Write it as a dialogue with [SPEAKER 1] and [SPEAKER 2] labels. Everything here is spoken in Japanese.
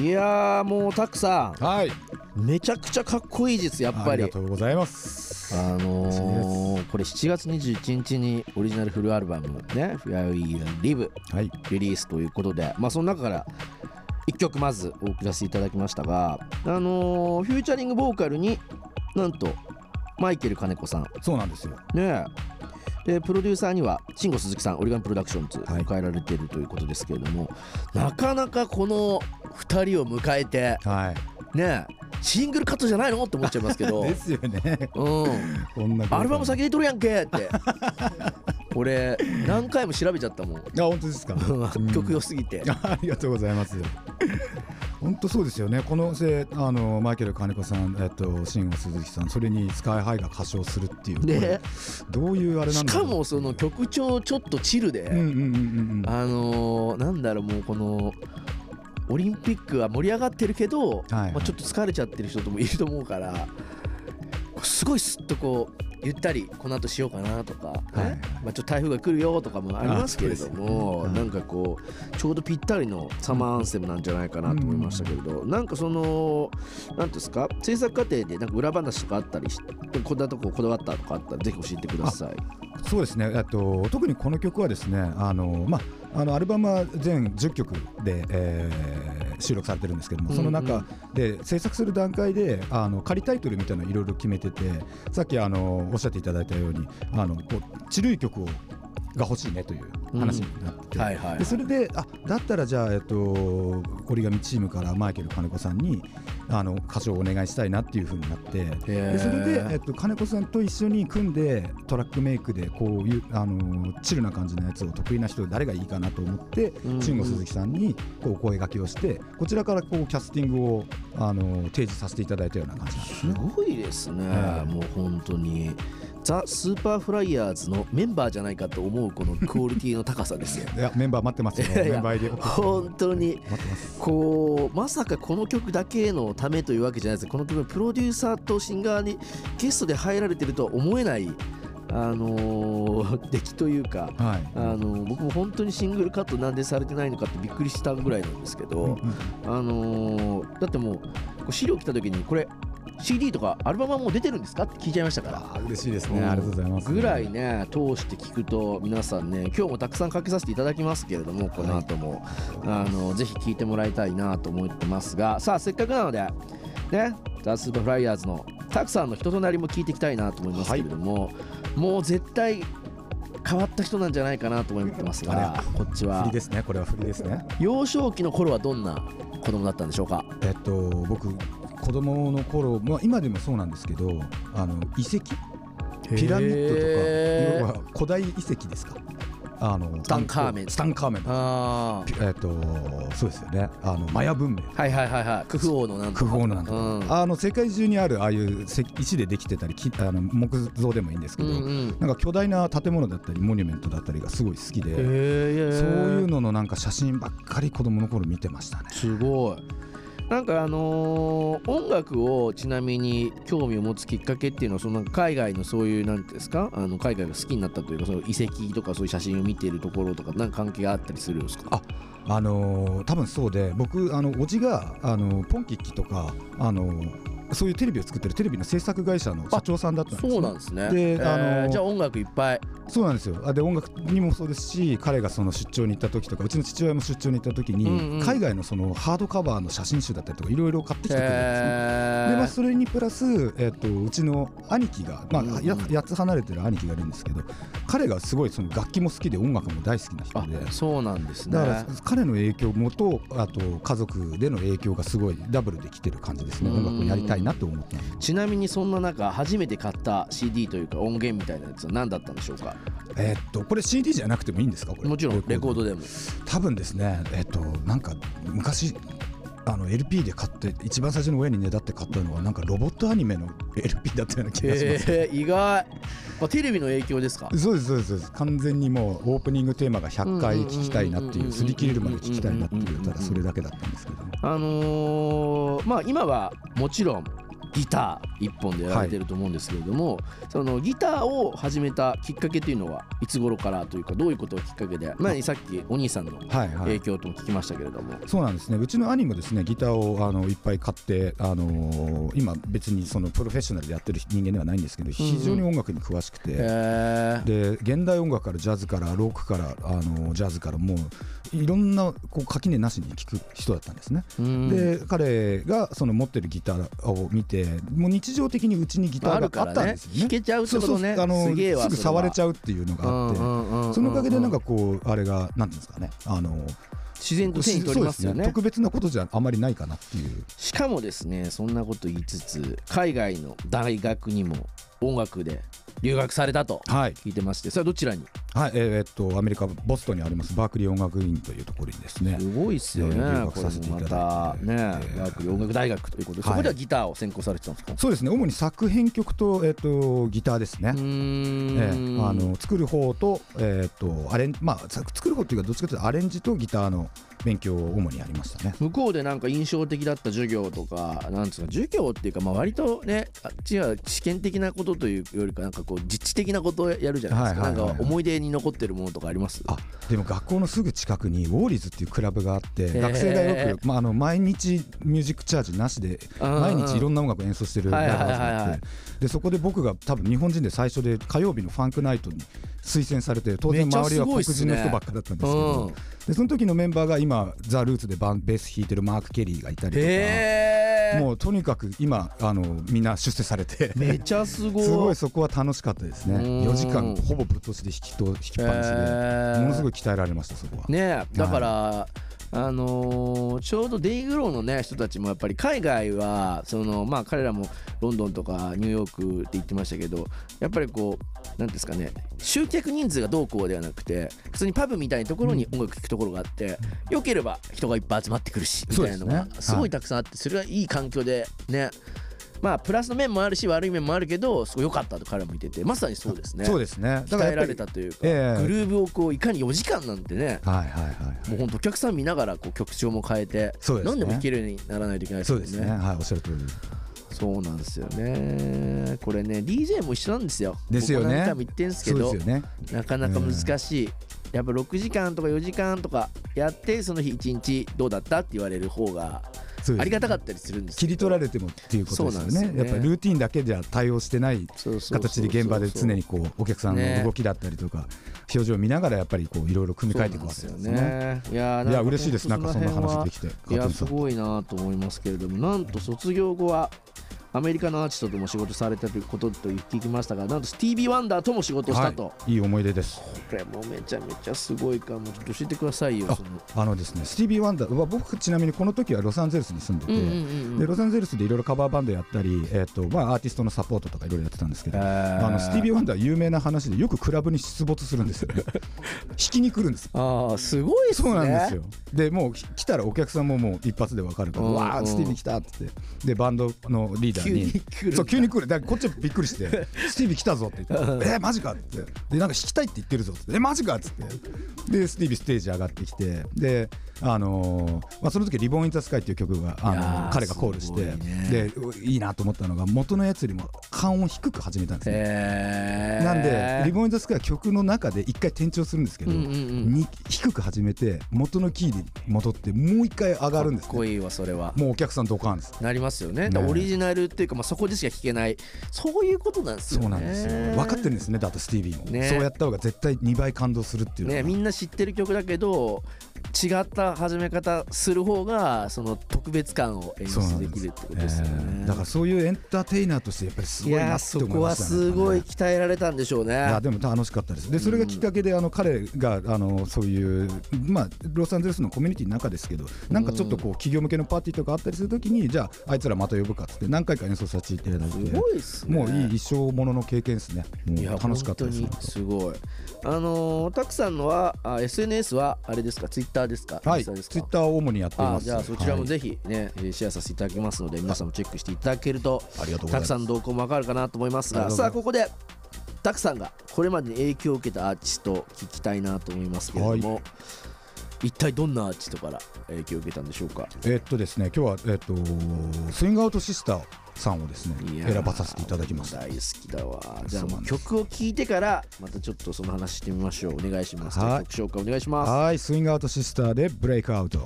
[SPEAKER 1] いやーもうタクさ
[SPEAKER 2] はい
[SPEAKER 1] んめちゃくちゃかっこいいですやっ
[SPEAKER 2] あ
[SPEAKER 1] ぱ
[SPEAKER 2] り
[SPEAKER 1] り
[SPEAKER 2] がとうございます
[SPEAKER 1] あの
[SPEAKER 2] 嬉しい
[SPEAKER 1] ー、これ7月21日にオリジナルフルアルバムね「フ r e We Live
[SPEAKER 2] はい」
[SPEAKER 1] リリースということで、まあ、その中から1曲まずお送らせていただきましたが、あのーフューチャリングボーカルになんとマイケル金子さん
[SPEAKER 2] そうなんですよ
[SPEAKER 1] ねえでプロデューサーには慎吾鈴木さんオリガンプロダクションズ
[SPEAKER 2] はい
[SPEAKER 1] 迎えられているということですけれども、なかなかこの2人を迎えて
[SPEAKER 2] はい
[SPEAKER 1] ねえシングルカットじゃないのって思っちゃいますけど
[SPEAKER 2] ですよね
[SPEAKER 1] うん
[SPEAKER 2] こんな
[SPEAKER 1] アルバム
[SPEAKER 2] 先
[SPEAKER 1] 先に撮るやんけって 俺何回も調べちゃったもん
[SPEAKER 2] あ本当ですか
[SPEAKER 1] 楽 曲良すぎて、
[SPEAKER 2] ありがとうございます。本当そうですよね。このせあのマイケル金子さん、えっと慎吾鈴木さん、それにスカイハイが歌唱するっていう。これ
[SPEAKER 1] で
[SPEAKER 2] どういうあれな
[SPEAKER 1] し
[SPEAKER 2] んだろ
[SPEAKER 1] か
[SPEAKER 2] う
[SPEAKER 1] もその。曲調ちょっとチルで、
[SPEAKER 2] うんうんうんうん
[SPEAKER 1] あのーなんだろうもうこのオリンピックは盛り上がってるけど、
[SPEAKER 2] は
[SPEAKER 1] ま
[SPEAKER 2] い
[SPEAKER 1] あ、ちょっと疲れちゃってる人ともいると思うからこうすごいすっとこうゆったりこの後しようかなとか、
[SPEAKER 2] はい
[SPEAKER 1] ねまあ、ちょっと台風が来るよとかもありますけれども、
[SPEAKER 2] あそうですね
[SPEAKER 1] なんかこうちょうどぴったりのサマーアンセムなんじゃないかなと思いましたけれど、なんかその何ていうんですか制作過程でなんか裏話とかあったりしてこんなとここだわったとかあったらぜひ教えてください。
[SPEAKER 2] うん。そうですね。えっと特にこの曲はですね、あのまああのアルバムは全10曲で。えー収録されてるんですけどもその
[SPEAKER 1] うん
[SPEAKER 2] 中で制作する段階であの仮タイトルみたいなのいろいろ決めててさっきあのおっしゃっていただいたようにあのこうチルい曲をが欲しいねという話になって、
[SPEAKER 1] はいはい
[SPEAKER 2] でそれであだったらじゃあ、えっと、折り紙チームからマイケル金子さんにあの歌唱をお願いしたいなっていうふうになって
[SPEAKER 1] へー
[SPEAKER 2] でそれで、えっと、金子さんと一緒に組んでトラックメイクでこういうあのチルな感じのやつを得意な人誰がいいかなと思って
[SPEAKER 1] うんうん
[SPEAKER 2] 慎吾鈴木さんにこうお声掛けをしてこちらからこうキャスティングをあの提示させていただいたような感じなんです
[SPEAKER 1] す
[SPEAKER 2] ね。
[SPEAKER 1] ごいですね、
[SPEAKER 2] はい
[SPEAKER 1] もう本当にザ・スーパーフライヤーズのメンバーじゃないかと思うこのクオリティの高さ ですよ
[SPEAKER 2] いやメンバー待ってますよ、
[SPEAKER 1] いやいや
[SPEAKER 2] メンバー入り待
[SPEAKER 1] 本当に
[SPEAKER 2] ってます
[SPEAKER 1] こうまさかこの曲だけのためというわけじゃないですこの曲のプロデューサーとシンガーにゲストで入られてるとは思えないあのー出来というか。
[SPEAKER 2] はい
[SPEAKER 1] あのー僕も本当にシングルカットなんでされてないのかってびっくりしたぐらいなんですけど、
[SPEAKER 2] うんうん
[SPEAKER 1] あのーだってもうこう資料来た時にこれ CD とかアルバムはもう出てるんですかって聞いちゃいましたから
[SPEAKER 2] あー嬉しいです
[SPEAKER 1] う
[SPEAKER 2] ね。
[SPEAKER 1] ん
[SPEAKER 2] ありがとうございます。
[SPEAKER 1] ぐらいね通して聞くと皆さんね今日もたくさんかけさせていただきますけれどもこの後も、あのぜひ聞いてもらいたいなと思ってますがさあせっかくなのでねザ・スーパーフライヤーズのたくさんの人となりも聞いていきたいなと思いますけれども、もう絶対変わった人なんじゃないかなと思ってます
[SPEAKER 2] あれ
[SPEAKER 1] が
[SPEAKER 2] は
[SPEAKER 1] こっち
[SPEAKER 2] 振
[SPEAKER 1] は
[SPEAKER 2] りですね。これは振りですね。
[SPEAKER 1] 幼少期の頃はどんな子供だったんでしょうか
[SPEAKER 2] えっと僕子供の頃、まあ今でもそうなんですけど、あの遺跡、ピラミッドとか、要は古代遺跡ですか。あの
[SPEAKER 1] タンカーメン
[SPEAKER 2] スタンカーメンだ。
[SPEAKER 1] あ
[SPEAKER 2] えっとそうですよね。あのマヤ文明。
[SPEAKER 1] あはいはいはいはいクフ王のなん
[SPEAKER 2] クフ王のなんとか
[SPEAKER 1] うん
[SPEAKER 2] あの世界中にあるああいう石石でできてたり木あの木造でもいいんです
[SPEAKER 1] う
[SPEAKER 2] けど、
[SPEAKER 1] んうん
[SPEAKER 2] なんか巨大な建物だったりモニュメントだったりがすごい好きで、
[SPEAKER 1] へえ
[SPEAKER 2] そういうののなんか写真ばっかり子供の頃見てましたね。
[SPEAKER 1] すごいなんかあのー音楽をちなみに興味を持つきっかけっていうのはその海外のそういうなんていうんですかあの海外が好きになったというかその遺跡とかそういう写真を見ているところとかなんか関係があったりするんですかあ
[SPEAKER 2] あのー多分そうで僕あのおじが、あのーポンキッキとか、あのーそういうテレビを作ってるテレビの制作会社の社長さんだったんです
[SPEAKER 1] そう
[SPEAKER 2] よ
[SPEAKER 1] なんですね
[SPEAKER 2] で
[SPEAKER 1] えー
[SPEAKER 2] あのー
[SPEAKER 1] じゃあ音楽いっぱい
[SPEAKER 2] そうなんですよあで音楽にもそうですし彼がその出張に行った時とかうちの父親も出張に行った時に、
[SPEAKER 1] うんうん
[SPEAKER 2] 海外のそのハードカバーの写真集だったりとかいろいろ買ってきてくれるんですね。
[SPEAKER 1] へ
[SPEAKER 2] でまあ、
[SPEAKER 1] ー
[SPEAKER 2] それにプラス、えっとうちの兄貴が、まあ
[SPEAKER 1] うんうん
[SPEAKER 2] や8つ離れてる兄貴がいるんですけど彼がすごいその楽器も好きで音楽も大好きな人
[SPEAKER 1] あ
[SPEAKER 2] で
[SPEAKER 1] そうなんですね
[SPEAKER 2] だから彼の影響もとあと家族での影響がすごいダブルできてる感じですね
[SPEAKER 1] うん
[SPEAKER 2] 音楽をやりたいなと思ったの
[SPEAKER 1] ちなみにそんな中初めて買った CD というか音源みたいなやつは何だったんでしょうか
[SPEAKER 2] えーっとこれ CD じゃなくてもいいんですかこれ
[SPEAKER 1] もちろんレコード
[SPEAKER 2] で
[SPEAKER 1] でも
[SPEAKER 2] 多分ですねえーっとなんか昔あの LP で買って一番最初の親にねだって買ったのはなんかロボットアニメの LP だったような気がします、
[SPEAKER 1] へー 意外、まあ、テレビの影響ですか
[SPEAKER 2] そうですそうですそうです完全にもうオープニングテーマが100回聞きたいなって
[SPEAKER 1] うんうんうんうんうん
[SPEAKER 2] いう擦り切れるまで聞きたいなっていうただそれだけだったんですけど
[SPEAKER 1] あのーまあ今はもちろんギター一本でやられてると思うんですけれども、そのギターを始めたきっかけというのはいつ頃からというかどういうことをきっかけで前にさっきお兄さんの
[SPEAKER 2] はいはい
[SPEAKER 1] 影響とも聞きましたけれども、
[SPEAKER 2] そうなんですねうちの兄もですねギターをあのいっぱい買って、あのー今別にそのプロフェッショナルでやってる人間ではないんですけど非常に音楽に詳しくて、
[SPEAKER 1] へえ
[SPEAKER 2] で現代音楽からジャズからロックから、あのージャズからもういろんなこう垣根なしに聴く人だったんですね。
[SPEAKER 1] うん
[SPEAKER 2] で彼がその持ってるギターを見てもう日常的にうちにギタ
[SPEAKER 1] ある
[SPEAKER 2] ーが
[SPEAKER 1] か
[SPEAKER 2] あった
[SPEAKER 1] ら
[SPEAKER 2] ん
[SPEAKER 1] ね
[SPEAKER 2] ですよ
[SPEAKER 1] 弾
[SPEAKER 2] ね。
[SPEAKER 1] けちゃうって
[SPEAKER 2] そう
[SPEAKER 1] こ
[SPEAKER 2] そ
[SPEAKER 1] と
[SPEAKER 2] う
[SPEAKER 1] ね
[SPEAKER 2] あの
[SPEAKER 1] すげえわ
[SPEAKER 2] すぐ触れち
[SPEAKER 1] ゃ
[SPEAKER 2] ゃうっていうの
[SPEAKER 1] う
[SPEAKER 2] があって、
[SPEAKER 1] て
[SPEAKER 2] そのおかげでなんかこうあれがなんていうんですかねあのー
[SPEAKER 1] 自然と手に取りますよ
[SPEAKER 2] そうで
[SPEAKER 1] ね
[SPEAKER 2] 特別なことじゃあまりないかなっていう
[SPEAKER 1] しかもですねそんなこと言いつつ海外の大学にも音楽で留学されたと
[SPEAKER 2] はい、
[SPEAKER 1] 聞いてましてそれはどちらに
[SPEAKER 2] はいえーえーっとアメリカボストンにありますバークリー音楽院というところにですね
[SPEAKER 1] すごいっすよね、
[SPEAKER 2] えー留
[SPEAKER 1] こ
[SPEAKER 2] 学
[SPEAKER 1] れ
[SPEAKER 2] させてい
[SPEAKER 1] も
[SPEAKER 2] ただいて
[SPEAKER 1] またね、
[SPEAKER 2] えー
[SPEAKER 1] バークリー音楽大学ということで、
[SPEAKER 2] はい
[SPEAKER 1] そこではギターを専攻されてたんですか、
[SPEAKER 2] そうですね主に作編曲と,、えーっとギターですね、
[SPEAKER 1] うーん
[SPEAKER 2] えーあの作る方と,、えーっとアレンまあ、作作る方というかどっちかというとアレンジとギターの勉強を主にやりましたね。
[SPEAKER 1] 向こうでなんか印象的だった授業とかなんつうか授業っていうかまあ割とねあっちは試験的なことというよりかなんかこう実地的なことをやるじゃないですか、
[SPEAKER 2] はいはいはいはい
[SPEAKER 1] なんか思い出に残ってるものとかあります
[SPEAKER 2] あでも学校のすぐ近くにウォーリーズっていうクラブがあって、
[SPEAKER 1] ー
[SPEAKER 2] 学生がよく、まあ、あの毎日ミュージックチャージなしで
[SPEAKER 1] うんうん
[SPEAKER 2] 毎日いろんな音楽を演奏してるライブハウス
[SPEAKER 1] はいはい
[SPEAKER 2] が
[SPEAKER 1] はい
[SPEAKER 2] あ
[SPEAKER 1] は
[SPEAKER 2] っ
[SPEAKER 1] い
[SPEAKER 2] てでそこで僕が多分日本人で最初で火曜日のファンクナイトに推薦されて当然
[SPEAKER 1] めっちゃ
[SPEAKER 2] 周りは
[SPEAKER 1] すごい
[SPEAKER 2] 黒
[SPEAKER 1] っすね
[SPEAKER 2] 人の人ばっかだったんですけ
[SPEAKER 1] う
[SPEAKER 2] ど
[SPEAKER 1] ん
[SPEAKER 2] でその時のメンバーが今ザ・ルーツでバンベース弾いてるマーク・ケリーがいたりとか
[SPEAKER 1] へえ
[SPEAKER 2] もうとにかく今あのみんな出世されて
[SPEAKER 1] めちゃすごい
[SPEAKER 2] すごいそこは楽しかったですね
[SPEAKER 1] うん
[SPEAKER 2] 4時間ほぼぶっ通しで弾きと弾きっぱなしで。
[SPEAKER 1] へー
[SPEAKER 2] ものすごい鍛えられましたそこは。
[SPEAKER 1] ねだから、あのーちょうどデイグローの、ね、人たちもやっぱり海外はその、まあ、彼らもロンドンとかニューヨークって言ってましたけどやっぱりこうなんですかね集客人数がどうこうではなくて普通にパブみたいなところに音楽聴くところがあって、良ければ人がいっぱい集まってくるしみたいなの
[SPEAKER 2] そう
[SPEAKER 1] が
[SPEAKER 2] ですね
[SPEAKER 1] すごいたくさんあってそれはいい環境でね。まあ、プラスの面もあるし悪い面もあるけどすごい良かったと彼らも言っててまさにそうですね
[SPEAKER 2] そうですね。
[SPEAKER 1] 鍛えられ
[SPEAKER 2] や
[SPEAKER 1] た
[SPEAKER 2] っぱ
[SPEAKER 1] というか、
[SPEAKER 2] ええ
[SPEAKER 1] グルーブをこういかに4時間なんてね
[SPEAKER 2] り。はいはいはいはい。
[SPEAKER 1] もう本当お客さん見ながらこう曲調も変えて
[SPEAKER 2] そうです
[SPEAKER 1] 何
[SPEAKER 2] ね
[SPEAKER 1] でも弾けるようにならないといけないです
[SPEAKER 2] そ
[SPEAKER 1] よ
[SPEAKER 2] う
[SPEAKER 1] ね
[SPEAKER 2] ですね。はい、おっしゃる通り。
[SPEAKER 1] そうなんですよねこれね DJ も一緒なんですよ
[SPEAKER 2] ですよね
[SPEAKER 1] 僕も何回も言ってんですけ
[SPEAKER 2] そうで
[SPEAKER 1] ど
[SPEAKER 2] すよね。
[SPEAKER 1] なかなか難しい、やっぱ6時間とか4時間とかやってその日1日どうだったって言われる方が
[SPEAKER 2] そうです
[SPEAKER 1] ありがたかったりするんです
[SPEAKER 2] 切り取られ
[SPEAKER 1] て
[SPEAKER 2] てもっていうことです
[SPEAKER 1] そ
[SPEAKER 2] よ
[SPEAKER 1] うなんで
[SPEAKER 2] ね。
[SPEAKER 1] すよ
[SPEAKER 2] や
[SPEAKER 1] ね
[SPEAKER 2] っぱルーティンだけじゃ対応してない形で現場で常にこうお客さん
[SPEAKER 1] ね
[SPEAKER 2] の動きだったりとか表情を見ながらやっぱりこういろいろ組み替えていくわけですよね。
[SPEAKER 1] いやー
[SPEAKER 2] い
[SPEAKER 1] な
[SPEAKER 2] や
[SPEAKER 1] んか
[SPEAKER 2] 嬉しいです。なんかそんな
[SPEAKER 1] 本当
[SPEAKER 2] 話
[SPEAKER 1] の辺は
[SPEAKER 2] できて。
[SPEAKER 1] いや
[SPEAKER 2] 加藤
[SPEAKER 1] す
[SPEAKER 2] さん
[SPEAKER 1] ごいなと思いますけれどもなんと卒業後はアメリカのアーティストとも仕事されたということと聞きましたがなんとスティービー・ワンダーとも仕事したと、
[SPEAKER 2] はい。いい思い出です。
[SPEAKER 1] これもめちゃめちゃすごいからもうちょっと教えてくださいよ
[SPEAKER 2] あ
[SPEAKER 1] その
[SPEAKER 2] あのですね、スティービー・ワンダーは僕ちなみにこの時はロサンゼルスに住んでて、
[SPEAKER 1] うん
[SPEAKER 2] でロサンゼルスでいろいろカバーバンドやったり、えーとまあ、アーティストのサポートとかいろいろやってたんですけど、あのスティービー・ワンダー有名な話でよくクラブに出没するんですよ 引きに来るんです
[SPEAKER 1] あーすごいっすね
[SPEAKER 2] そうなんですよでもう来たらお客さんももう一発で分かるから「
[SPEAKER 1] うん
[SPEAKER 2] わ
[SPEAKER 1] う
[SPEAKER 2] あ
[SPEAKER 1] ん
[SPEAKER 2] スティービー来た」って言ってでバンドのリーダー
[SPEAKER 1] 急に
[SPEAKER 2] に
[SPEAKER 1] 来るんだ
[SPEAKER 2] そう急に来るだからこっちはびっく りして「スティービー来たぞ」って言って「えー、マジか」ってでなんか弾きたいって言ってるぞって「えー、マジか」っつってでスティービーステージ上がってきてであのーまあ、その時「リボン・イン・ザ・スカイ」っていう曲が、あのー
[SPEAKER 1] いやー
[SPEAKER 2] 彼がコールして
[SPEAKER 1] すごいね
[SPEAKER 2] でいいなと思ったのが元のやつよりも半音低く始めたんですね。
[SPEAKER 1] へー
[SPEAKER 2] なんで「リボン・イン・ザ・スカイ」は曲の中で一回転調するんですけど、
[SPEAKER 1] うんうんうん
[SPEAKER 2] に低く始めて元のキーに戻ってもう一回上がるんです、
[SPEAKER 1] かっこ
[SPEAKER 2] ね、
[SPEAKER 1] いいわそれは
[SPEAKER 2] もうお客さんドカンです
[SPEAKER 1] なりますよね
[SPEAKER 2] ね
[SPEAKER 1] オリジナルっていうか、まあ、そこでしか聴けないそういうことなんですよ
[SPEAKER 2] そ
[SPEAKER 1] ね
[SPEAKER 2] うなんですよ分かってるんですねだってスティービーも、
[SPEAKER 1] ね
[SPEAKER 2] そうやった方が絶対2倍感動するっていうのが
[SPEAKER 1] ね、みんな知ってる曲だけど違った始め方する方がその特別感を演
[SPEAKER 2] そうな
[SPEAKER 1] 出
[SPEAKER 2] ん
[SPEAKER 1] で
[SPEAKER 2] で
[SPEAKER 1] き
[SPEAKER 2] す
[SPEAKER 1] るってことですよ
[SPEAKER 2] え
[SPEAKER 1] ね。
[SPEAKER 2] ーだからそういうエンターテイナーとしてやっぱりす
[SPEAKER 1] い
[SPEAKER 2] ごい
[SPEAKER 1] や
[SPEAKER 2] な
[SPEAKER 1] ー
[SPEAKER 2] って
[SPEAKER 1] そ
[SPEAKER 2] 思い
[SPEAKER 1] こ
[SPEAKER 2] ま
[SPEAKER 1] は
[SPEAKER 2] したね
[SPEAKER 1] すごい
[SPEAKER 2] やっぱね
[SPEAKER 1] 鍛えられたんでしょうね。
[SPEAKER 2] いやでも楽しかったですでそれがきっかけであの彼があのそういう、まあ、ロサンゼルスのコミュニティの中ですけどなんかちょっとこう企業向けのパーティーとかあったりするときにじゃああいつらまた呼ぶかっつって何回か演奏させていただいて
[SPEAKER 1] すごいっすね。
[SPEAKER 2] もういい一生ものの経験ですね。も
[SPEAKER 1] いうや
[SPEAKER 2] 楽しかったです。
[SPEAKER 1] 本当にすごい。あのー、たくさんのはあ SNS はあれですか、ツイッターですか、
[SPEAKER 2] はい、
[SPEAKER 1] インス
[SPEAKER 2] ツ
[SPEAKER 1] タ
[SPEAKER 2] イ
[SPEAKER 1] ですか
[SPEAKER 2] ッターを主にやってい
[SPEAKER 1] あ
[SPEAKER 2] ます。
[SPEAKER 1] じゃあそちらも
[SPEAKER 2] はい
[SPEAKER 1] ぜひね、えーシェアさせていただきますので皆さんもチェックしていただけると
[SPEAKER 2] ありがとうご
[SPEAKER 1] た
[SPEAKER 2] ざ
[SPEAKER 1] く
[SPEAKER 2] います
[SPEAKER 1] さんの動向もわかるかなと思います
[SPEAKER 2] あ
[SPEAKER 1] が
[SPEAKER 2] りがとうご
[SPEAKER 1] さ
[SPEAKER 2] ざい
[SPEAKER 1] あ
[SPEAKER 2] ます
[SPEAKER 1] ここでたくさんがこれまでに影響を受けたアーティストを聞きたいなと思いますけれども、一体どんなアーティストから影響を受けたんでしょうか
[SPEAKER 2] えっとですね今日は、えっとスイングアウトシスターさんをですね
[SPEAKER 1] いやー
[SPEAKER 2] 選ばさせていただきました
[SPEAKER 1] 大好きだわじゃあ
[SPEAKER 2] そう
[SPEAKER 1] も
[SPEAKER 2] なん
[SPEAKER 1] う
[SPEAKER 2] です
[SPEAKER 1] 曲を聴いてからまたちょっとその話してみましょうお願いします、
[SPEAKER 2] はい
[SPEAKER 1] じゃあ曲紹介お願いします
[SPEAKER 2] はいスイングアウトシスターでブレイクアウト